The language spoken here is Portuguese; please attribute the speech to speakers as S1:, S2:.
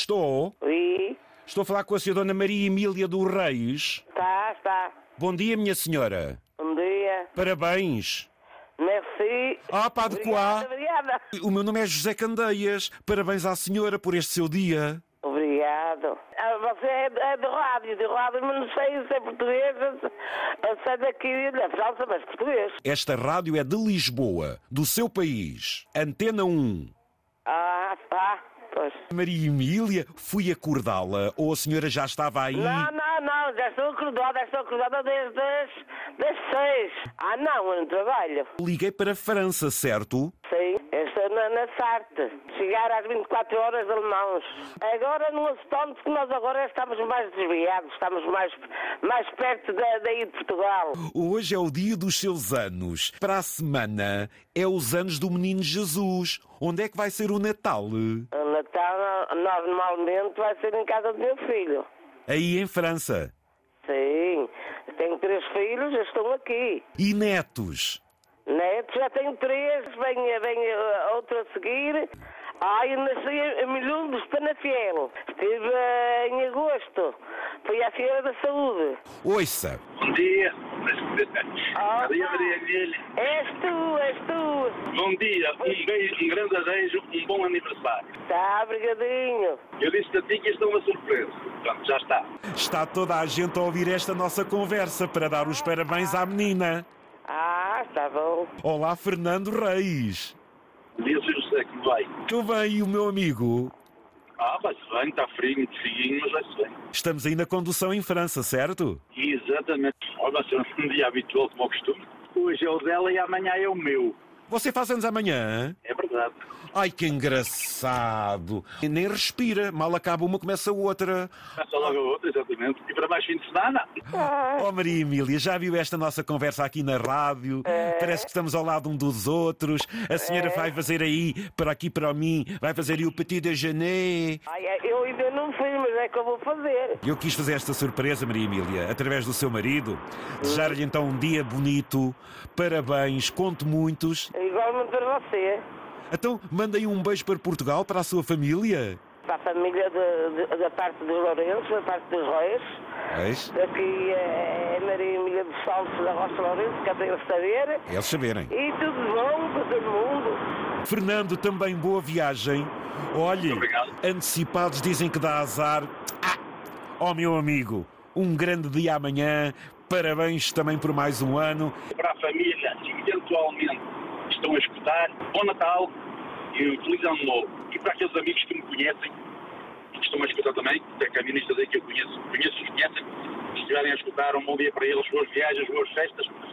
S1: Estou?
S2: Oi,
S1: Estou a falar com a senhora Dona Maria Emília dos Reis.
S2: está, tá, está.
S1: Bom dia, minha senhora.
S2: Bom dia.
S1: Parabéns.
S2: Merci.
S1: Ah, pá de
S2: Obrigada,
S1: quá.
S2: obrigada.
S1: O meu nome é José Candeias. Parabéns à senhora por este seu dia.
S2: Obrigado. Ah, você é de, é de rádio, de rádio, mas não sei se é português, eu- eu sei daqui da França, mas português.
S1: Esta rádio é de Lisboa, do seu país. Antena 1.
S2: Ah, está. Pois.
S1: Maria Emília, fui acordá-la ou a senhora já estava aí?
S2: Não, não, não, já estou acordada, já estou acordada desde as das seis. Ah, não, eu não trabalho.
S1: Liguei para a França, certo?
S2: Sim, eu estou na, na Sarte. Chegar às 24 horas alemãos. Agora não assusta-nos que nós agora estamos mais desviados, estamos mais, mais perto da- daí de Portugal.
S1: Hoje é o dia dos seus anos. Para a semana é os anos do menino Jesus. Onde é que vai ser o Natal?
S2: O Natal normalmente vai ser em casa do meu filho.
S1: Aí em França.
S2: Sim, tenho três filhos, já estão aqui.
S1: E netos?
S2: Neto, já tenho três, vem, vem eh, outro a seguir. Ai, eu nasci em Milhumbos, Panafiel. Estive eh, em agosto. Fui à Feira da Saúde.
S1: Ouça,
S3: Bom dia.
S2: Opa.
S3: Maria Maria Emília.
S2: És tu, és tu.
S3: Bom dia. Um beijo, um grande adejo, um bom aniversário.
S2: Tá, brigadinho.
S3: Eu disse a ti que isto é uma surpresa. Pronto, já está.
S1: está toda a gente a ouvir esta nossa conversa para dar os parabéns à menina.
S2: Ah, está bom.
S1: Olá, Fernando Reis.
S3: Dia Sr. José, que vai.
S1: Tudo bem, e o meu amigo?
S3: Ah, vai-se bem, está frio, muito frio, mas vai-se bem.
S1: Estamos aí na condução em França, certo?
S3: Exatamente. Olha, vai ser um dia habitual, como ao costume. Hoje é o dela e amanhã é o meu.
S1: Você faz anos amanhã?
S3: É verdade.
S1: Ai, que engraçado. E nem respira. Mal acaba uma, começa a outra.
S3: Passa logo a outra, exatamente. E para mais fim de semana?
S1: Oh, Maria Emília, já viu esta nossa conversa aqui na rádio? Parece que estamos ao lado um dos outros. A senhora vai fazer aí, para aqui, para mim, vai fazer aí o Petit Déjeuner.
S2: Ai, ai, eu ainda não fiz, mas é que eu vou fazer.
S1: Eu quis fazer esta surpresa, Maria Emília, através do seu marido. Desejar-lhe então um dia bonito. Parabéns, conto muitos.
S2: É Igualmente para você.
S1: Então, mandem um beijo para Portugal, para a sua família.
S2: Para a família de- de- da parte dos Lourenços, da parte dos Reis.
S1: Pois,
S2: Daqui é Maria Emília dos Saltos da Rocha Lourenço, que é para eu saber.
S1: eles saberem.
S2: E tudo bom para todo mundo.
S1: Fernando, também boa viagem. Olhe,
S3: obrigado.
S1: antecipados dizem que dá azar. Ah! Oh, meu amigo, um grande dia amanhã. Parabéns também por mais um ano.
S3: Para a família, que eventualmente estão a escutar, bom Natal e um feliz ano novo. E para aqueles amigos que me conhecem, e que estão a escutar também, que é caministas aí que eu conheço, conheço e conhecem, que estiverem a escutar, um bom dia para eles, boas viagens, boas festas,